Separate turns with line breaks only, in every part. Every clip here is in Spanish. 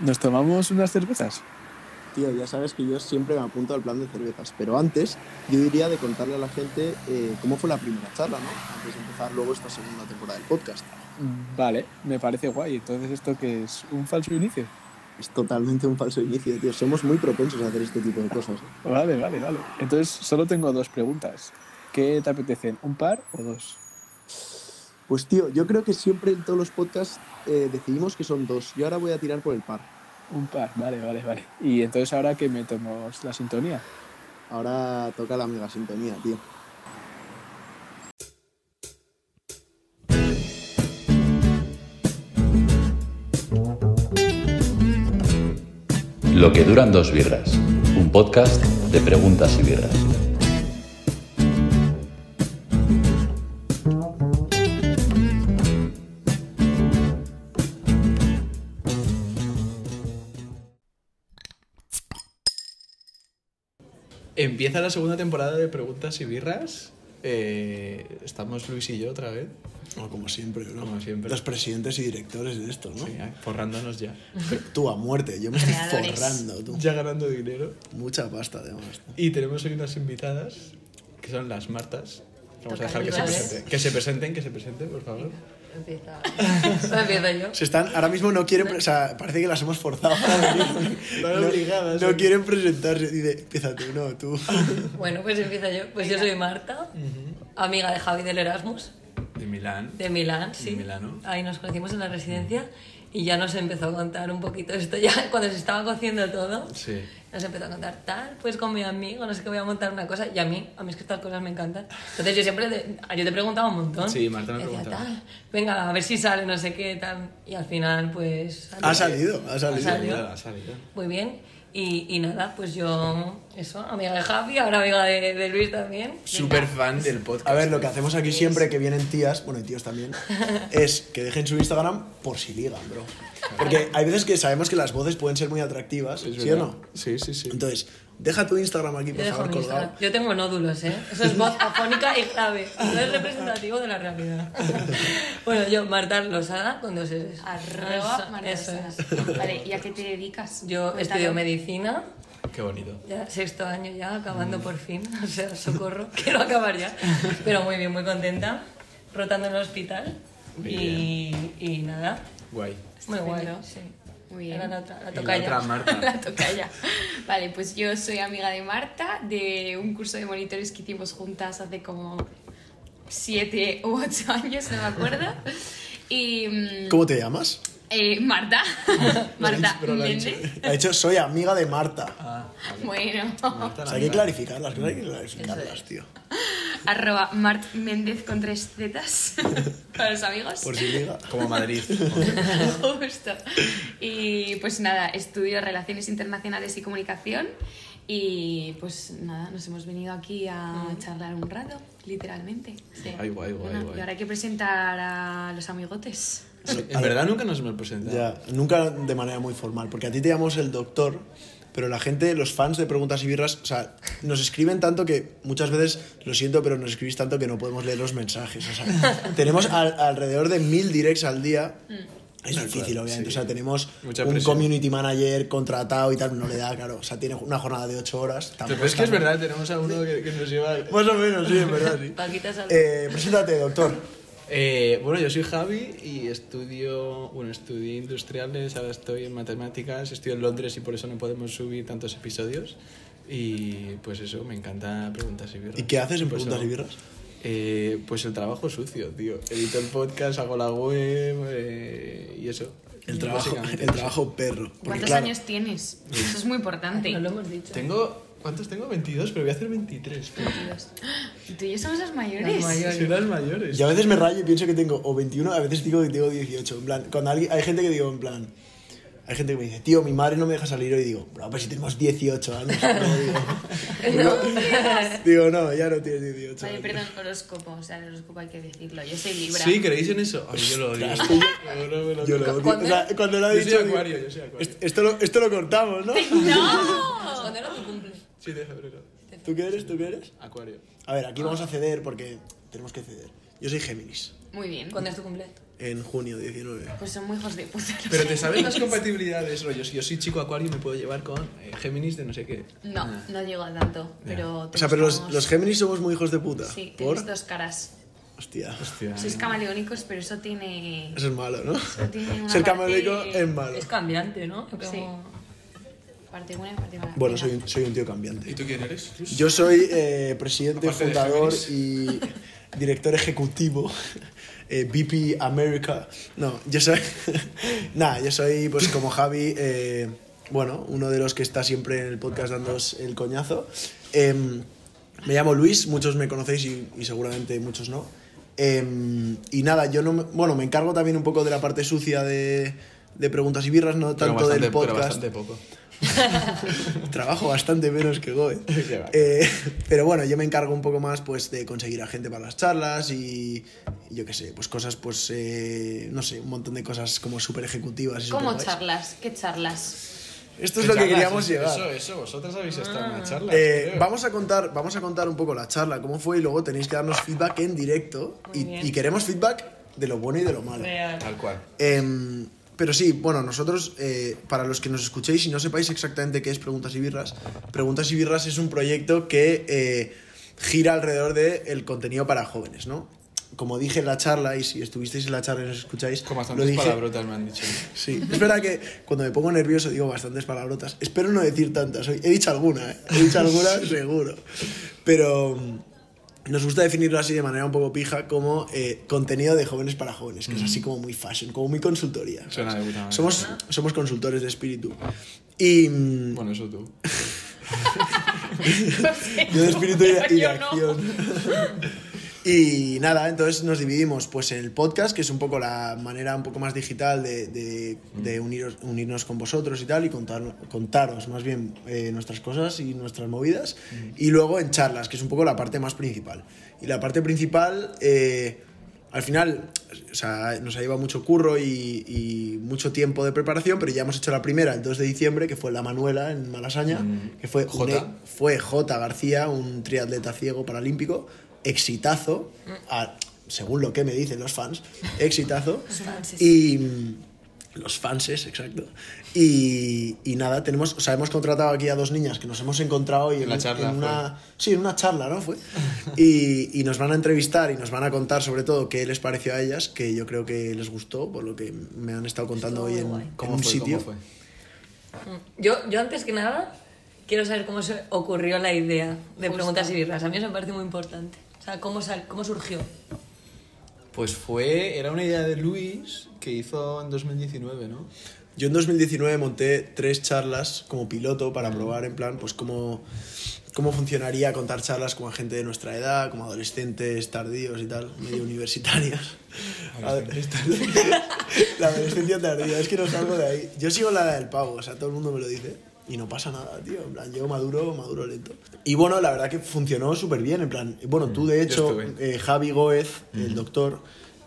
¿Nos tomamos unas cervezas?
Tío, ya sabes que yo siempre me apunto al plan de cervezas, pero antes yo diría de contarle a la gente eh, cómo fue la primera charla, ¿no? Antes de empezar luego esta segunda temporada del podcast.
Vale, me parece guay. Entonces, ¿esto que es? ¿Un falso inicio?
Es totalmente un falso inicio, tío. Somos muy propensos a hacer este tipo de cosas. ¿eh?
Vale, vale, vale. Entonces, solo tengo dos preguntas. ¿Qué te apetecen? ¿Un par o dos?
Pues tío, yo creo que siempre en todos los podcasts eh, decidimos que son dos. Yo ahora voy a tirar por el par.
Un par, vale, vale, vale. Y entonces, ¿ahora que me tomo la sintonía?
Ahora toca la mega sintonía, tío.
Lo que duran dos birras, un podcast de preguntas y birras.
Empieza la segunda temporada de Preguntas y Birras. Eh, estamos Luis y yo otra vez.
Bueno, Oh, como siempre, ¿no?
Como siempre.
Los presidentes y directores de esto, ¿no?
Sí, ah, forrándonos ya.
Tú a muerte, yo me estoy
Creadores.
forrando, tú.
Ya ganando dinero.
Mucha pasta, además.
Y tenemos hoy unas invitadas, que son las Martas. Vamos a dejar que se
Tocayudas.
presenten. Que se presenten, que se presenten, por favor.
Empieza. Empiezo yo.
Se están, ahora mismo no quieren, pre- o sea, parece que las hemos forzado.
Están obligadas,
no
¿eh?
quieren presentarse. Dice, empieza tú, no, tú.
Bueno, pues empieza yo. Pues yo soy Marta, amiga de Javi del Erasmus,
De Milán.
de Milán, sí.
Milano.
Ahí nos conocimos en la residencia y ya nos empezó a contar un poquito esto. Ya cuando se estaba cociendo todo,
Sí.
nos empezó a contar tal, pues con mi amigo, no sé qué, voy a montar una cosa. Y a mí, a mí es que estas cosas me encantan. Entonces yo siempre, te- yo te preguntaba un montón.
Sí, Marta me
Decía,
preguntaba.
tal, venga, a ver si sale, no sé qué, tal. Y al final, pues...
Ha salido, ha
Ha
salido.
salido.
Ha salido.
Muy bien. Y, y nada, pues yo, eso, amiga de Javi, ahora amiga de, de Luis también.
Super fan del podcast.
A ver, lo que hacemos aquí siempre que vienen tías, bueno, y tíos también, es que dejen su Instagram por si ligan, bro. Porque hay veces que sabemos que las voces pueden ser muy atractivas,
Es
¿sí o
verdad.
no?
Sí, sí, sí.
Entonces, deja tu Instagram aquí,
Yo
por
dejo
favor,
mi Instagram.
colgado.
Yo tengo nódulos, ¿eh? Eso es voz afónica y grave. No es representativo de la realidad. bueno, yo, Marta Losada, con dos Rs.
Arroba
Eso-
María
Eso
Rosada.
es.
Vale, ¿y a qué te dedicas?
Yo
Cuéntame.
estudio medicina,
Qué bonito.
ya sexto año ya, acabando por fin. O sea, socorro, quiero acabar ya. Pero muy bien, muy contenta, rotando en el hospital.
Muy
Y, y nada,
Guay.
muy guay.
Estupendo.
Sí.
Muy bien.
Era la otra, la
Y
tocaya.
La otra Marta.
La tocaya. Vale, pues yo soy amiga de Marta, de un curso de monitores que hicimos juntas hace como siete u ocho años, no me acuerdo. Y mm,
¿Cómo te llamas?
eh, Marta, Marta
pero lo ha dicho.
Méndez.
De hecho, soy amiga de Marta.
Ah, vale.
Bueno,
Marta,
O
la
sea, hay que
amiga.
clarificarlas, cosas hay que clarificarlas, tío.
arroba Mart Méndez con tres zetas para los amigos.
Por si llega.
Como Madrid.
Justo. Y pues nada, estudio Relaciones Internacionales y Comunicación. Y pues nada, nos hemos venido aquí a charlar un rato, literalmente.
Ay, guay, guay,
Bueno,
guay.
Y ahora hay que presentar a los amigotes.
Sí, En verdad nunca nos hemos presentado.
Ya, nunca de manera muy formal, porque a ti te llamamos el doctor, pero la gente, los fans de Preguntas y Birras, o sea, nos escriben tanto que muchas veces, lo siento, pero nos escribís tanto que no podemos leer los mensajes. o sea, tenemos al- alrededor de mil directs al día.
Mm.
Es difícil, obviamente.
sí.
O sea, tenemos
Mucha
un
presión.
community manager contratado y tal, no le da, claro. O sea, tiene una jornada de ocho horas.
¿Te
tampoco
crees que es
tan-
verdad? Tenemos a uno que, que nos lleva...
Más o menos, sí, es verdad, sí.
Paquita Salud.
Eh, preséntate, doctor.
Eh, bueno, yo soy Javi y estudio, bueno, estudié industriales, ahora estoy en matemáticas, estoy en Londres y por eso no podemos subir tantos episodios. Y pues eso, me encanta preguntas y birras.
¿Y qué haces en
Por eso-
Preguntas y Birras?
Eh, pues el trabajo sucio, tío. Edito el podcast, hago la web eh, y eso.
El trabajo,
Básicamente
el
eso.
trabajo perro. Porque,
¿Cuántos
claro,
años tienes? Eso es muy importante.
No lo hemos dicho.
Tengo, ¿cuántos tengo? 22, pero voy a hacer 23. tío.
Tú y yo somos las mayores.
Las mayores.
Soy las mayores.
Yo a veces me rayo y pienso que tengo o 21, a veces digo que tengo 18. En plan, cuando alguien- hay gente que digo, en plan, hay gente que me dice, tío, mi madre no me deja salir hoy. Digo, bro, pues si tenemos 18 años. No, digo, digo, no, ya no tienes 18.
Vale, perdón, horóscopo. O sea, el horóscopo hay que decirlo. Yo soy Libra.
¿Sí? ¿Creéis en eso? Ay, yo lo odio. Yo no me lo
Yo
creo.
lo odio. O sea, cuando lo ha
Yo
dicho.
soy
digo,
acuario, yo soy acuario.
"Est- Esto lo, esto lo cortamos, ¿no?
¡No!
¿Cuándo era tu cumple?
Sí, de febrero.
¿Tú qué eres? ¿Tú qué eres?
Acuario.
A ver, aquí vamos a ceder porque tenemos que ceder. Yo soy Géminis.
Muy bien.
¿Cuándo es tu cumple?
Eh, en junio 19.
Pues son muy hijos de puta. los
Pero te sabes las
Géminis.
compatibilidades, rollos. Yo soy chico acuario y me puedo llevar con eh, Géminis de no sé qué. Ah,
No, no llego a tanto. Pero
O sea, pero los,
tenemos-
los Géminis somos muy hijos de puta.
Sí,
¿Por?
tenéis dos caras.
Hostia.
Hostia.
Sois camaleónicos, pero eso tiene.
Eso es malo, ¿no?
tiene una
Ser
parte-
camaleónico es malo.
Es cambiante, ¿no? Como-
Sí. Parte buena y parte mala.
Bueno, soy un, soy un tío cambiante.
¿Y tú quién eres?
Yo soy eh, presidente,
Aparte de
fundador y director ejecutivo. eh, VP America. No, yo soy. Nada, yo soy, pues como Javi, eh, bueno, uno de los que está siempre en el podcast dándos el coñazo. Em, me llamo Luis, muchos me conocéis y, y seguramente muchos no. Em, y nada, yo no. me- Bueno, me encargo también un poco de la parte sucia de, de preguntas y birras,
Pero
no tanto
bastante-
del podcast.
Pero bastante poco.
Trabajo bastante menos que Goe.
Qué va.
Eh, pero bueno, yo me encargo un poco más pues, de conseguir a gente para las charlas y yo qué sé, pues cosas, pues eh, no sé, un montón de cosas como súper ejecutivas. Y
¿Cómo
superguays.
charlas? ¿Qué charlas?
Esto es lo que
Charlas,
queríamos
eso-
llegar.
Eso, eso, vosotras habéis estado en una charla.
Eh,
creo.
vamos, a contar, vamos a contar un poco la charla, cómo fue y luego tenéis que darnos feedback en directo
Muy
y,
bien.
y queremos feedback de lo bueno y de lo malo.
Real.
Tal cual.
Em, pero sí, bueno, nosotros, eh, para los que nos escuchéis y no sepáis exactamente qué es Preguntas y Birras, Preguntas y Birras es un proyecto que eh, gira alrededor del contenido para jóvenes, ¿no? Como dije en la charla, y si estuvisteis en la charla y nos escucháis,
Con
lo
bastantes
dije.
palabrotas me han dicho.
Sí, es verdad que cuando me pongo nervioso digo bastantes palabrotas. Espero no decir tantas hoy. He dicho alguna, ¿eh? He dicho alguna, seguro. Pero mm, nos gusta definirlo así de manera un poco pija como eh, contenido de jóvenes para jóvenes, que es así como muy fashion, como muy consultoría. ¿sabes?
Suena de puta madre.
Somos, somos consultores de espíritu. Y mm,
Bueno, eso tú.
yo de espíritu y, de- y de
Yo no.
acción. Y nada, entonces nos dividimos pues en el podcast, que es un poco la manera un poco más digital de, de- de uniros- unirnos con vosotros y tal, y contar, contaros más bien eh, nuestras cosas y nuestras movidas. Y luego en charlas, que es un poco la parte más principal. Y la parte principal, eh, al final, o sea, nos ha llevado mucho curro y, y mucho tiempo de preparación, pero ya hemos hecho la primera el 2 de diciembre, que fue la Manuela en Malasaña, que fue
Jota.
una- fue J. García, un triatleta ciego paralímpico, exitazo, a- según lo que me dicen los fans, exitazo.
fanses.
y mm, los fanses, exacto. Y, y nada, tenemos, o sea, hemos contratado aquí a dos niñas que nos hemos encontrado hoy
En la charla,
una, sí, en una charla, ¿no? Fue. Y, y nos van a entrevistar y nos van a contar sobre todo qué les pareció a ellas, que yo creo que les gustó, por lo que me han estado contando
Estuvo
hoy
muy
en,
guay.
en
¿Cómo
un
fue?
sitio.
¿Cómo fue?
Yo, yo antes que nada quiero saber cómo se ocurrió la idea de
Justo.
preguntas y birras. A mí eso me parece muy importante. O sea, cómo, sal- cómo surgió.
Pues fue, era una idea de Luis que hizo en 2019, ¿no?
Yo en 2019 monté tres charlas como piloto para probar en plan, pues cómo, cómo funcionaría contar charlas como a gente de nuestra edad, como adolescentes, tardíos y tal, medio universitarios. Adolescentes tardíos. La adolescencia tardía, es que no salgo de ahí. Yo sigo la edad del pavo, o sea, todo el mundo me lo dice. Y no pasa nada, tío. En plan, yo maduro, maduro lento. Y bueno, la verdad que funcionó súper bien. En plan, bueno, tú de
Mm, yo
hecho,
estuve.
eh, Javi Góez, el doctor,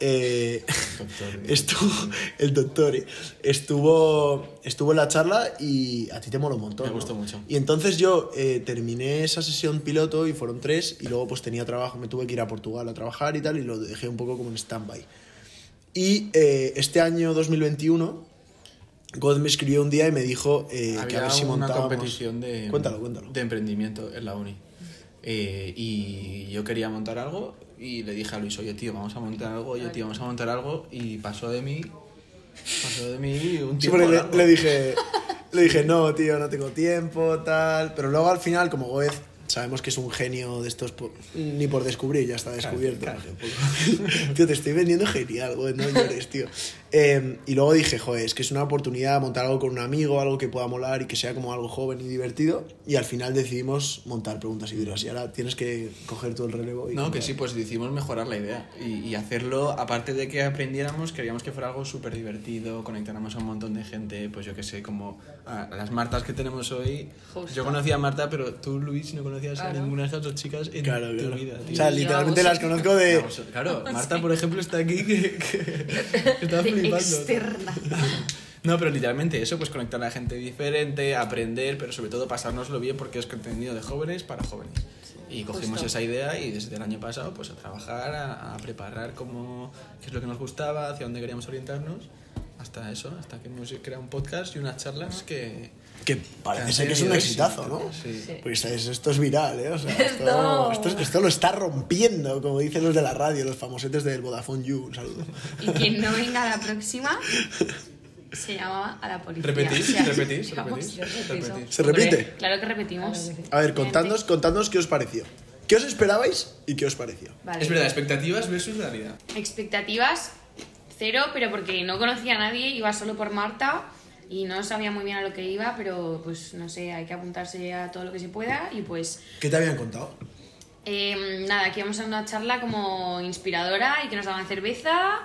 eh,
Doctor.
estuvo el doctor estuvo estuvo en la charla y a ti te moló un montón
Me
¿no?
gustó mucho.
y entonces yo eh, terminé esa sesión piloto y fueron tres y luego pues tenía trabajo me tuve que ir a Portugal a trabajar y tal y lo dejé un poco como en stand-by y eh, este año 2021 God me escribió un día y me dijo eh, que a
Había
ver si
una
montábamos
competición de,
cuéntalo cuéntalo
de emprendimiento en la uni. Eh, y yo quería montar algo y le dije a Luis, oye tío, vamos a montar algo, oye tío, vamos a montar algo. Y pasó de mí, pasó de mí un
Sí,
tiempo
porque le,
largo.
le dije, le dije, no, tío, no tengo tiempo, tal. Pero luego al final, como Goez, sabemos que es un genio de estos, por- ni por descubrir, ya está descubierto. tío, te estoy vendiendo genial, Goez, no llores, tío. Eh, y luego dije, joder, es que es una oportunidad de montar algo con un amigo, algo que pueda molar y que sea como algo joven y divertido. Y al final decidimos montar preguntas y duras. Y ahora tienes que coger todo el relevo. Y
No, que sí, pues decidimos mejorar la idea y, y hacerlo, aparte de que aprendiéramos, queríamos que fuera algo súper divertido, conectáramos a un montón de gente, pues yo que sé, como a las Martas que tenemos hoy.
Justo.
Yo conocía a Marta, pero tú, Luis, no conocías
Claro.
a ninguna de estas dos chicas en
Claro,
tu
claro.
vida, tío.
O sea,
Yo
literalmente
hago-
las conozco de...
Vamos, Claro, Marta, por ejemplo, está aquí que, que- que está flipando.
Externa.
No, pero literalmente eso, pues conectar a la gente diferente, aprender, pero sobre todo pasárnoslo bien porque es contenido de jóvenes para jóvenes. Y cogimos
Justo.
esa idea y desde el año pasado pues a trabajar, a, a preparar cómo, qué es lo que nos gustaba, hacia dónde queríamos orientarnos, hasta eso, hasta que hemos creado un podcast y unas
Ah.
charlas que...
Que parece ser que es un exitazo, ¿no?
Sí.
Sí.
Pues esto es, esto es viral, ¿eh? O sea, esto,
Esto-
esto, es- esto lo está rompiendo, como dicen los de la radio, los famosetes del Vodafone You. Un saludo.
Y quien no venga a la próxima se llamaba a la policía.
¿Repetís?
O sea,
¿Repetís? ¿Repetís?
digamos, repito.
¿Repetís?
¿Se repite?
Claro que repetimos.
Claro que sí.
A ver, contadnos, contadnos qué os pareció. ¿Qué os esperabais y qué os pareció?
Vale.
Es verdad, expectativas versus realidad.
Expectativas, cero, pero porque no conocía a nadie, iba solo por Marta y no sabía muy bien a lo que iba, pero pues no sé, hay que apuntarse a todo lo que se pueda y pues
¿Qué te habían contado?
eh, nada, aquí vamos a una charla como inspiradora y que nos daban cerveza,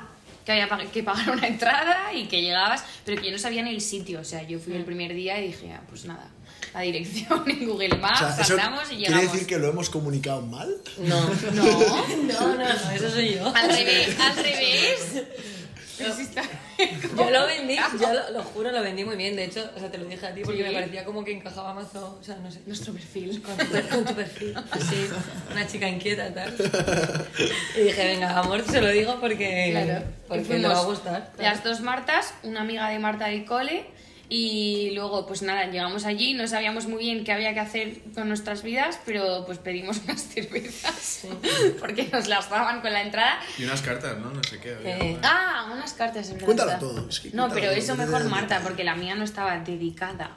que había pag- que pagar una entrada y que llegabas, pero que yo no sabía ni el sitio, o sea, yo fui el primer día y dije, ah, pues nada, la dirección en Google Maps,
eso
andamos Ah, y
¿Quiere
llegamos.
decir que lo hemos comunicado mal?
No.
No,
No, no, no, eso soy yo.
al revés, al revés. Sí, está-
Yo lo vendí, yo lo, lo juro, lo vendí muy bien. De hecho, o sea, te lo dije a ti porque
Sí.
me parecía como que encajaba más o sea, no sé.
Nuestro perfil.
Con tu, per- con tu perfil, sí, una chica inquieta tal. Y dije, venga, amor, se lo digo porque,
Claro,
porque
fuimos
le va a gustar.
Las dos Martas, una amiga de Marta del cole, y luego, pues nada, llegamos allí, no sabíamos muy bien qué había que hacer con nuestras vidas, pero pues pedimos unas cervezas, porque nos las daban con la entrada.
Y unas cartas, ¿no? No sé qué. había,
Eh,
¿no?
Ah, unas cartas, es verdad.
Cuéntalo
está.
todo, es que
no,
cuéntalo
pero
todo,
eso
que te
mejor
den
Marta,
detalle.
porque la mía no estaba dedicada.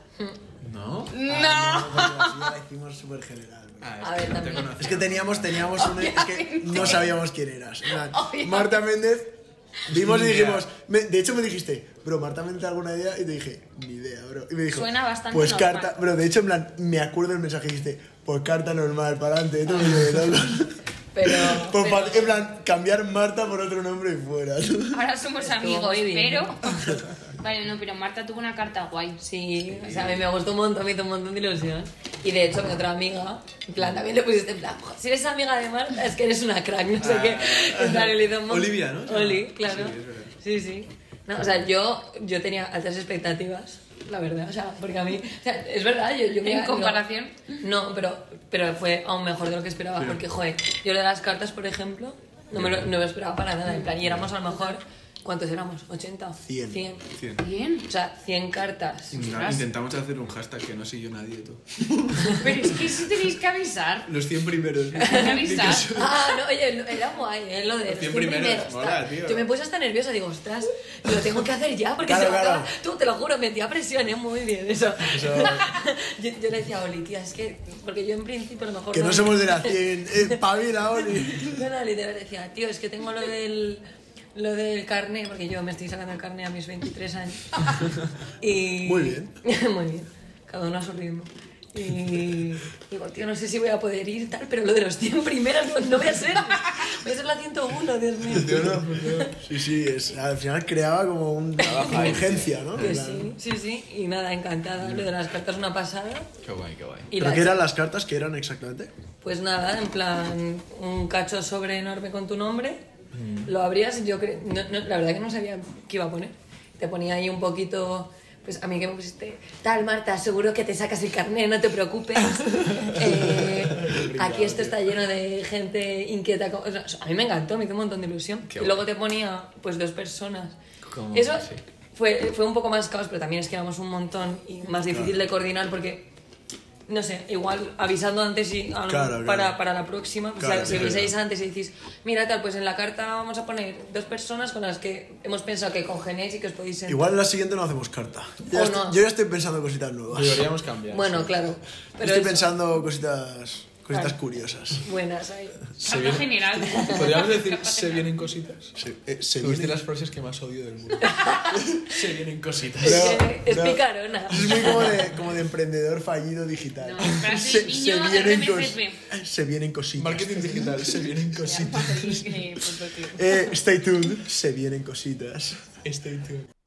¿No?
No.
Ah, la hicimos súper general.
Ah,
A
es
ver,
que no te
también.
conocía. Ah,
Es que teníamos, teníamos un, es que no sabíamos quién eras. En plan,
Obviamente.
Marta Méndez, vimos y
Ni idea.
dijimos, me- de hecho me dijiste, bro, Marta Méndez alguna idea y te dije, ni idea, bro. Y me dijo,
Suena bastante
pues
normal.
carta, bro, de hecho en plan, me acuerdo el mensaje que dijiste, pues carta normal, para adelante, no, no, no, no.
Pero,
Pues pa- en plan, cambiar Marta por otro nombre y fuera.
Ahora somos
Estuvo
amigos,
muy bien. ¿eh?
pero... Vale, no, pero Marta tuvo una carta guay.
sí, o sea, a mí me gustó un montón, me hizo un montón de ilusión. Y de hecho, mi otra amiga, en plan, también le pusiste en plan, "Jo, si eres amiga de Marta, es que eres una crack, no sé qué. En plan, y le hizo un mon-
Ah. Olivia, ¿no? Ah,
Oli,
Sí,
claro.
es verdad.
Sí, sí. No, o sea, yo, yo tenía altas expectativas, la verdad. O sea, porque a mí, o sea, es verdad, yo, yo me-
En
digo,
comparación.
No, pero, pero fue aún mejor de lo que esperaba, porque, joder, yo lo de las cartas, por ejemplo, no me lo, no me lo esperaba para nada. En plan, y éramos a lo mejor, ¿cuántos éramos? ¿80?
Cien.
100.
Cien.
Bien.
O sea, 100 cartas.
Intenta- Intentamos hacer un hashtag que no siguió nadie tú.
Pero es que sí tenéis que avisar.
Los 100 primeros.
Avisar.
Ah, no, oye, lo- era guay, eh, lo de los
Cien
100
primeros,
primeros.
mola,
tal.
tío.
Yo me puse hasta nerviosa, digo, ostras, lo tengo que hacer ya porque
Claro,
se va a
claro.
acabar. Tú, te lo juro, metía presión, ¿eh? Muy bien, eso. yo, yo le decía, Oli, tía, es que, porque yo en principio a lo mejor.
que no somos de la 100, eh, pavila, Oli.
No, no, literal decía, tío, es que tengo lo del, lo del carné, porque yo me estoy sacando el carné a mis 23 años. Y-
Muy bien.
Muy bien. Cada uno a su ritmo. Y digo, tío, no sé si voy a poder ir tal, pero lo de los 100 primeros no, no voy a ser. Voy a ser la 101, Dios mío.
Yo no, pues no. Sí, sí, es- al final creaba como un- una urgencia, ¿no? En
Que
plan-
Pues sí, sí, sí. Y nada, encantada. Lo de las cartas una pasada.
Qué guay, qué guay.
Y
¿Pero
la-
qué eran las cartas que eran exactamente?
Pues nada, en plan, un cacho sobre enorme con tu nombre, lo abrías y yo cre- no- no, la verdad que no sabía qué iba a poner. Te ponía ahí un poquito, pues a mí que me pusiste, tal Marta, seguro que te sacas el carnet, no te preocupes. Eh, aquí esto está lleno de gente inquieta. co- o sea, a mí me encantó, me hizo un montón de ilusión.
Qué
y luego te ponía, pues, dos personas.
Como-
Eso
sí.
fue, fue un poco más caos, pero también es que éramos un montón y más difícil de coordinar porque no sé, igual avisando antes y a lo-
Claro, claro.
Para, para la próxima, pues,
Claro,
si
claro.
avisáis antes y decís, mira tal, pues en la carta vamos a poner dos personas con las que hemos pensado que congeniáis y que os podéis sentar.
Igual en la siguiente no hacemos carta. Ya
O
estoy-
no.
Yo ya estoy pensando cositas nuevas.
Deberíamos cambiar.
Bueno, claro. Pero
estoy
eso-
pensando cositas, cositas
Claro.
curiosas.
Buenas ¿eh? ahí.
Se
Carta
viene-
general.
Podríamos decir, se vienen cositas.
Se, eh, se
Tú es de
viene-
las frases que más odio del mundo. se vienen cositas.
Pero-
es que es
pero-
picarona.
Es muy como de, como de emprendedor fallido digital.
No, frase niño RMFP.
cos- se vienen cositas.
Marketing digital, se vienen cositas.
Cositas.
Eh, stay tuned, se vienen cositas.
Stay tuned.